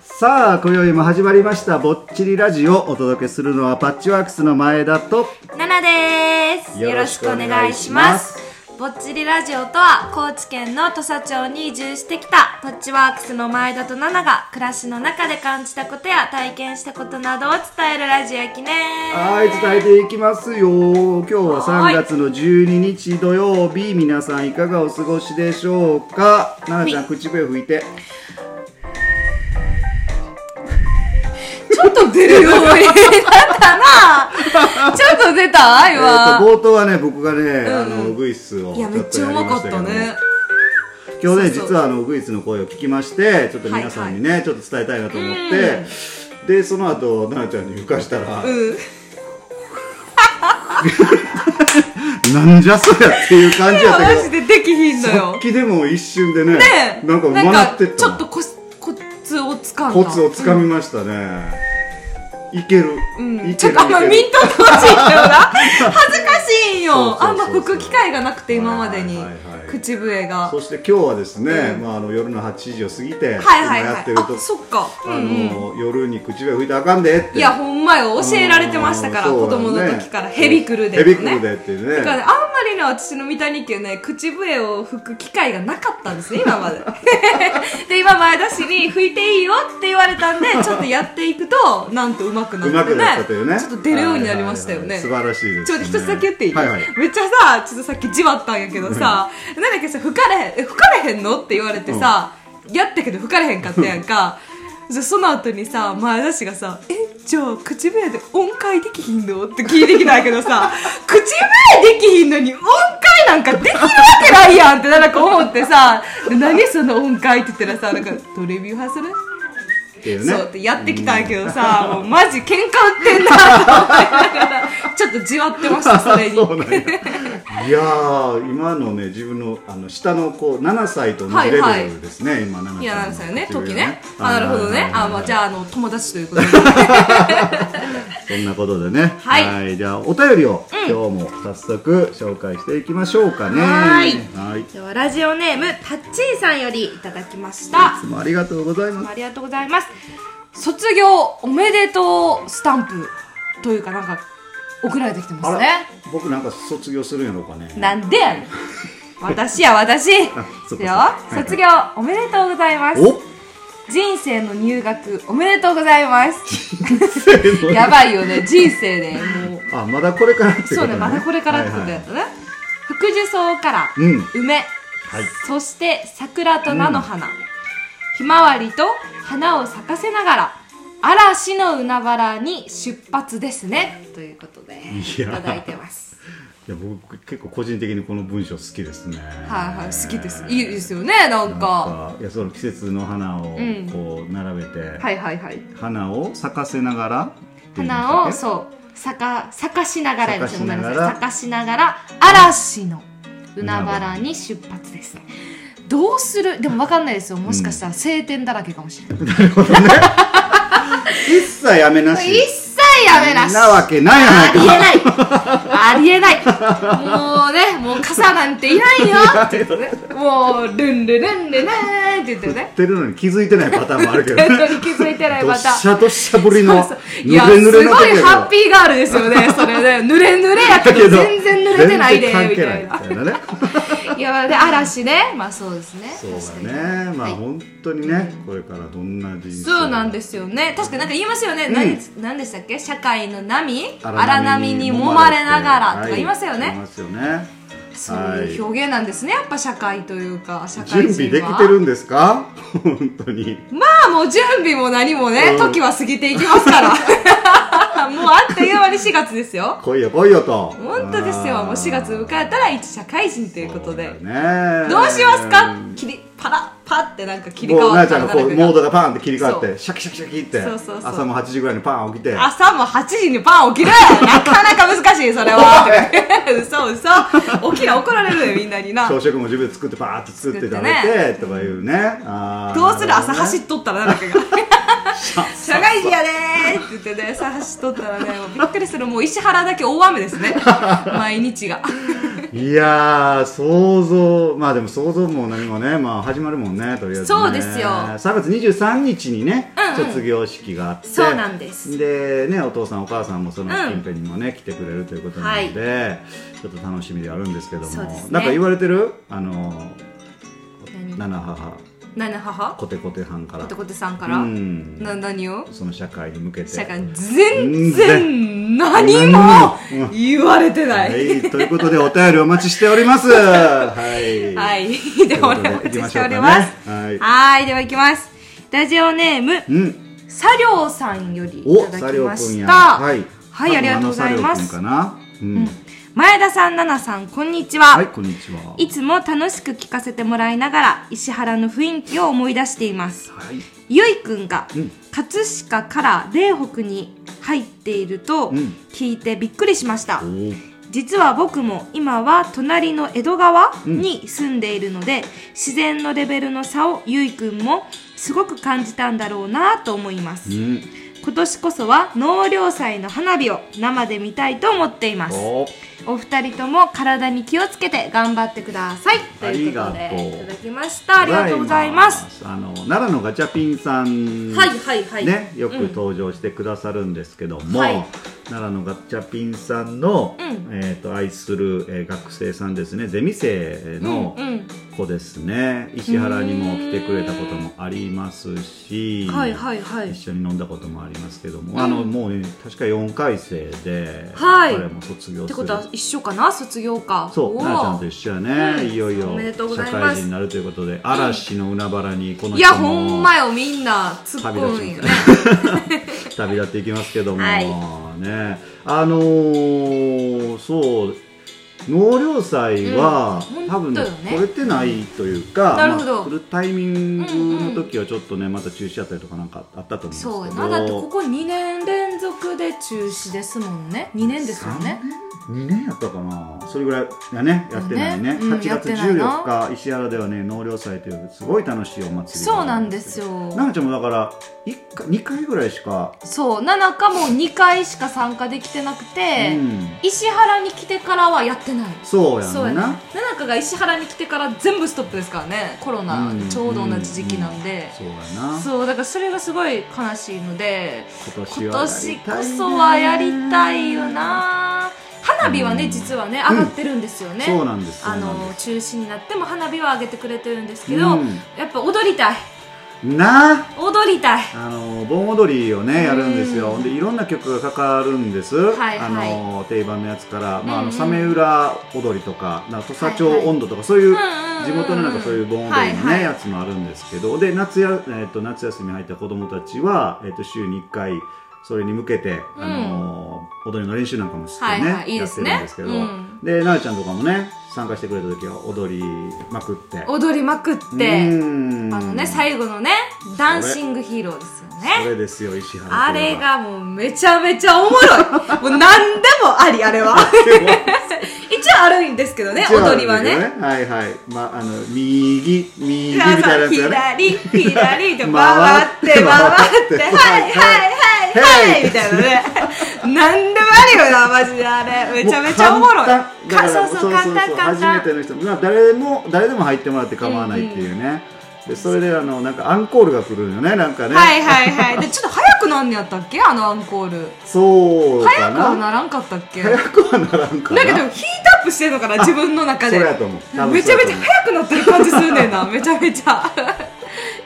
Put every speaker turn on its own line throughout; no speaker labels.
さあ今宵も始まりました「ぼっちりラジオ」お届けするのはパッチワークスの前田と
ナナです
よ
よ
ろ
ろ
し
し
く
く
お
お
願
願
い
い
し
し
ま
ますすぼっちりラジオとは高知県の土佐町に移住してきたパッチワークスの前田とナナが暮らしの中で感じたことや体験したことなどを伝えるラジオやきね
はい伝えていきますよ今日は3月の12日土曜日皆さんいかがお過ごしでしょうか奈々ちゃん口笛吹いて
ちょっと出るよだったなちょっと出た
えーと冒頭はね僕がね、あのウグイスを
いやめっちゃうまかっ
ち
た
ょとやりま
ね
したけど今日ね
そうそう
実はあのウグイスの声を聞きましてちょっと皆さんにね、ちょっと伝えたいなと思って、でその後奈々ちゃんに浮かしたら、
うん
なんじゃそりゃっていう感じ
い
やった
や
け
マ
ど
ジでできひんの
さ
よ
っきでも一瞬でね
ねえ
なんか学ってった
ちょっとコス コツをつかん
コ
だ
ツをつかみましたね、いける、
うん
い
ち
ける
ょっとあんま
いける
ミントの欲しいんだ よな恥ずかしいん
そうそうそう
よあんま吹く機会がなくて今までに
はいはいはい
口笛がは
そして今日はですね、
うん
まあ、あの夜の8時を過ぎて、
いはい
今や
は
って
い
ると
あそっかう
あ
んうん
の夜に口笛吹いてあかんでって
いやほんまよ教えられてましたから
うん
子供の時からヘビクルで
ヘビク
ね
ルでっていうね
だからねあんまりね私の三谷家ね口笛を吹く機会がなかったんですね今まで で今前田氏に吹いていいよって言われたんでちょっとやっていくとなんと上手く
うま
なって
くなったというね
ねちょっと出るようになりましたよね、
はいはいはい素晴らしいです、
ちょ
ね、
っと一つだけ言っていい、
はいはい
めっちゃさちょっとさっきじわったんやけどさ、なんだっけさ吹かれへんえ吹かれへんのって言われてさ、やったけど吹かれへんかったやん かじゃあその後にさ前田氏がさ「えじゃあ口笛で音階できひんの?」って聞いてきたんやけど さ口笛できひんのに音階なんかできるわけないやんってなんか思ってさ「で何その音階」って言ったらさ「なんかドレミファソラ」
っていうね
そうってやってきたんやけどさ、もうマジ喧嘩売ってんなと思いながらちょっとじわって ました それに
そうなんやいやー今のね自分のあの下の子7歳と同じレベルですね、今7歳
いやなんですよね
自分が
時ねあなるほど
は
ね
いはいはい
あまあじゃああの友達ということで
そんなことでね
はい
じゃあお便りを、今日も早速紹介していきましょうかね
はい
はいい
ではラジオネームパッチーさんよりいただきました
つもありがとうございます
ありがとうございます卒業おめでとうスタンプというかなんか送られてきてますね
僕なんか卒業するんやろうかね
なんでやねん私 や私よ
そっかそっかはいはい
卒業おめでとうございます
お
人生の入学おめでとうございます
せ
やばいよね人生でもう
あまだこれからってこと
そうねまだこれからってことやったね、福寿草から
うん
梅、
い
そして桜と菜の花、ひまわりと花を咲かせながら嵐の海原に出発ですねということで
い
い
やー
ただいてます
いや僕結構個人的にこの文章好きですね
はいはい好きですいいですよねなんか
いやその季節の花を
うん
こう並べて、
はいはいはい
花を咲かせながらっていうんでしたっけ
花をそう咲か咲かしながらやです
咲
ご
かし
めん
な
な
が
さ
ら
い咲かしながら嵐の海原に出発ですどうするでも分かんないですよもしかしたら晴天だらけかもしれない、
一切やめなし
一切やめな し
なわけないやない
ありえ
か
ないありえないもうねもう傘なんていない よって言ってねもうルンルルンルルンって言って
言
ね
ってるのに気づいて ないパターンもあるけど
本
ね
当に気づいてない
どっ
ま
したゃどっしゃぶりの
い
濡
や、
れ
す
濡
ご
れ
い
の時や
ハッピーガールですよ ね、それで、濡れ濡れやけど、全然濡れてないで、み
関係
た
ない
い
み
な。
たいな ね
いや、で、嵐ね、まあそうですね。
そう
確かに
だねまあ
はい
本当にねこれからどんな人生
そうなんですよね。確かになんか言いますよね。何、何でしたっけ社会の波荒波に揉まれながらとか言いますよ
は言い
ね。
ますよね
そういう表現なんですね。やっぱ社会というか、社会人
準
は。
備できてるんですか本当に
まあもう準備も何も
う
ね
ん、
時は過ぎていきますから。 もうあっという間に4月ですよ。
来いよ来いよと
本当ですよもう4月迎えたら一社会人ということで、
そうだね
どうしますか切りパラッパってなんか切り替
もう
わ
な
っ
ーち
た
ゃん
ら
がこう
誰
モー
か
ドが
が
パンって切り替わっ
そ
てシャキシャキシャキって
そうそうそう
朝も8時ぐらいにパン起きて
朝も8時にパン起きるなかなか難しいそれは 嘘嘘起きりゃ怒られるよみんなになど
朝
う
食も自分で作ってパーって作って食べ
作って
とかいうねあー
する朝走っとったら誰かが 社会人やでーって言っ てね朝走っとったらねもうびっくりするもう石原だけ大雨ですね毎日が
いやー想像まあでも想像も何もねまあ始まるもんねとりあえず、ね、
そうですよ
3月23日にね、
うんうん
卒業式があって
そうなんです
でねお父さんお母さんもその
うん
近辺にもね、来てくれるということなので、ちょっと楽しみではあるんですけども、
そうですね
なんか言われてるあの
何
七母
何母
コテコテ班から
コテコテさんから、
うん
な何を
その社会に向けて
社会
全然
全然何も言われてな、
はいい、ということでお便りお待ちしており ます。はい。
はい
という
で
こ
は
と
お
で
待
行き
ち
ま
し
しょ
て
う
お
か
り
ね。
ます
はい。
はいではいきますラジオネーム
うん。
さりょうさんよりい
お、
た
サ
だき
リョ
ま
くん
し
や。
た
はい。
はいありがとうございます
多分あのサリョくんかな。
前田さん奈々さんこんにち
うん。
は、
はい、こんにちは。
いつも楽しく聞かせてもらいながら石原の雰囲気を思い出しています
はい。
ゆいくんが
うん
葛飾から嶺北に入っていると
うん
聞いてびっくりしました、
おー
実は僕も今は隣の江戸川に住んでいるので、自然のレベルの差をゆいくんもすごく感じたんだろうなと思います、
うん。
今年こそは納涼祭の花火を生で見たいと思っています
おー
お二人とも体に気をつけて頑張ってくださいと
あ
い
り
うこ
が
と
とう
でいただきましたありがとうございます。
あの奈良のガチャピンさん。
はいはいはい
ね、よ
う
く
ん
登場してくださるんですけども、
はい
奈良のガチャピンさんの、
うん
えー、と愛する、えー学生さんですねゼミ生の
うんうん
子ですね、石原にも来てくれたこともありますし、
はいはいはい
一緒に飲んだこともありますけども、あのもう、ね、確か4回生で、
はい
彼も卒業
って
す
こ
る
とは一緒かな卒業か
そう、
おー
奈々ちゃんと一緒やね、
うん
いよいよ
おめでとうご
社
ざいま
会
す
人になるということで、嵐の海原にこの人も
いやほんまよみんな突っ
旅
込
立
むんよ
ち
ね
ます、旅立っていきますけども、
はい
ね、あのー、そう、納涼祭は、
うん
多分、ね
本当よ、ね
取れてないというか、
なるほど
まあ来るタイミングの時はちょっとね、また中止やったりとかなんかあったと思うんですけど、
そうやなだってここ2年連続で中止ですもんね2年ですよね
2年やったかなそれぐらいやねやってないね
ねうん
8
やっ
月
てないな
14日石原ではね納涼祭というすごい楽しいお祭りが
そうなんですよ
奈々ちゃんもだから一回2回ぐらいしか、
そうななかも2回しか参加できてなくて、
うん、
石原に来てからはやってない
そうや
そうんや
な
なななかが石原に来てから全部ストップですからねコロナ、
うん
ちょうど同じ時期なんで、
そうやな
そうだからそれがすごい悲しいので
今年
今
は
年こそはやりたいよ
ね
な花火はね、
うん
実はね上がってるんですよね、
そうなんです
あ
そうなん
の
で
中止になっても花火は上げてくれてるんです
す
けど、
うん
やっぱ踊りたい
なあ
踊りたい
あの盆踊りをねやるんですよ、
うん
でいろんな曲がかかるんです、
はい
あの定番のやつから、まあ、あ
う
の
んうん
サメ浦踊りとかなんか土佐町
はいはい
温度とか、そういう地
地
元のなんかそういう盆踊りのね、
はいは
や
い、
つもあるんですけどで夏や、えっと夏休み入った子供たちは、えっと週に1回それに向けて、あの踊りの練習なんかもしてね、
はいはいいいですね
やってるんですけど、
うん
で奈々ちゃんとかもね参加してくれた時は踊りまくって
踊りまくって
うん
あのね最後のねダンシングヒーローですよ
そ
ね
れですよ石原
あ
といえ
れ
ば
がもうめちゃめちゃおもろいもう何でもありあれ は一応あるんですけどね
一応ある
踊
ん
り
だ
は
けど
ね
はいはい。まあ、あの、右、右み
さ
たいな
あ
やつやね。
左 左と回って回ってはいはいはいはいみたいなね 何でもあるよなマジであれめちゃめちゃおもろい
簡単だ
か
から
そうそう簡単簡
初め
単
ての人、まあ、誰でも誰でも入ってもらって構わないっていうね、でそれであのなんかアンコールが来るのよねなんかね、
はいはいはいでちょっと早くなんねやったっけあのアンコール
そうか
早くは
な
ならんかったっけ
早
だ
くはならんかな
けどヒートアップしてんのかな自分の中で
そうやと思う多分
めちゃめちゃ
そうや
早くなってる感じすんね んなめちゃめちゃ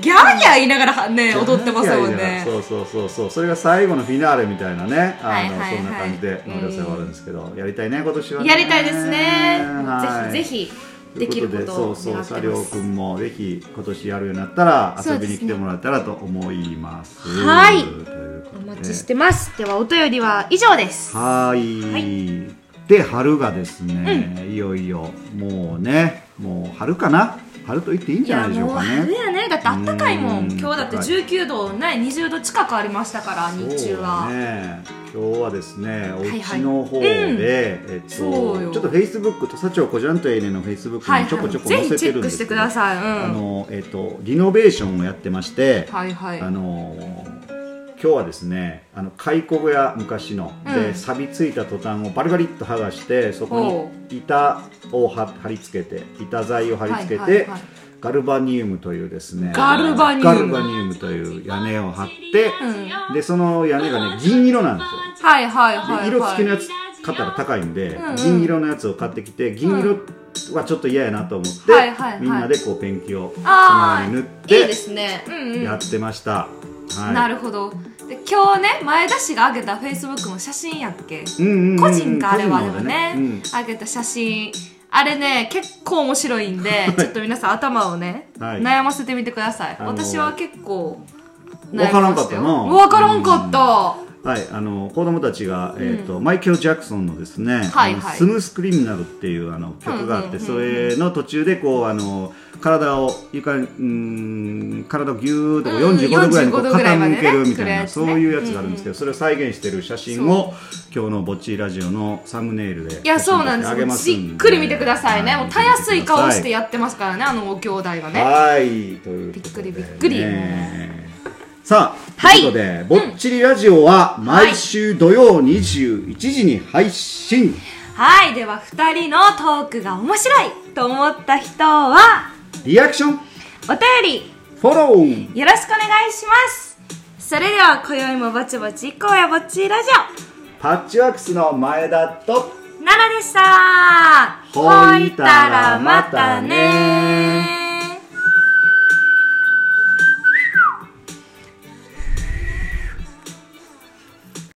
ギャーギャー言いながらね
と思う
踊ってますもん
いやいや
ね
そうそうそうそうそれが最後のフィナーレみたいなねあの、
はいはいはい
そんな感じで納涼祭終わるんですけど、やりたいね今年はね
やりたいですね
はい
ぜひぜひできることを願って
そうそう
ます
佐良君もぜひ今年やるようになったら
そ
遊
うで
び
すね
に来てもらえたらと思います
はい
ということ
お
で
待ちしてますではお便りは以上です
は
はい
で春がですね、いよいよもうねもう春かな春と言っていいん
い
じゃ
や
ないでしょ
も
う
う
か
春
ね
やねだってあったかいもん
うん
今日だって19度ね20度近くありましたから
そう
日中は、
ね今日はですねお
いはい
家の方で、
うん
えっとち
そう
ょ
よ
っとフェイスブック土佐町こじゃんとえいねのフェイスブック
はい
にちょこちょこ
ぜ
載
ひ
せ
チ
て
ェ
る
ッ
んで
ク
す
し
け
て
ど
くださいうん
あのえっとリノベーションをやってまして、
はいはい
あの今日はですねあの蚕小屋昔の、
う
で
ん
錆びついた途端をバリバリっと剥がしてそこ
ほ
に板をは貼り付けて板材を貼り付けて、
はいはいはい
ガルバニウムというですね
ガルバニウム
ガルバニウムという屋根を張って、
うん
でその屋根がね銀色なんですよ
はいはいはい、は
で
い、
色付きのやつ買ったら高いんで、
うんうん
銀色のやつを買ってきて銀色はちょっと嫌やなと思って、
はいはいはい
みんなでこうペンキをその
あ
まま
あ
塗っ
いいで
て
すねうんうん
やってました、はい、
なるほどで今日ね前田氏が上げたフェイスブックの写真やっけ、
うんうんうんうん
個人かあれはでもね
個人のね
上げた写真あれね結構面白いんでちょっと皆さん頭をね、
はい
悩ませてみてください
あのー
私は結構
わからんかったな
分からんかった
はい、あの子供たちが、えーとマイケル・ジャクソンのですね、
はい
あの
はい
スムース・クリミナルっていうあの曲があって、
うんうんうんうん
それの途中でこうあの体を床にうーん体をギューッとこう
うん
45度ぐらいにこう
45度ぐらいまで
傾
ね
けるみたいな、
くるやつ
そ
ね
ういうやつがあるんですけど、それを再現してる写真を今日の「ぼっちりラジオ」のサムネイルで
いやそうなんです
写真としてあげますんで
じっくり見てくださいね、
は
もうたやすい顔して
や
やってますからねあのお兄弟がね
はいということで
びっくりびっくり
ねさあ、
はい
ということで、ぼっちりラジオは毎週土曜21時に配信。
はいでは2人のトークが面白いと思った人は
リアクション、
お便り
フォロー。
よろしくお願いしますそれでは今宵もぼちぼち行こうやぼっちラジ
パッチワークスの前田と、
オ奈良でした
ほいたらまたね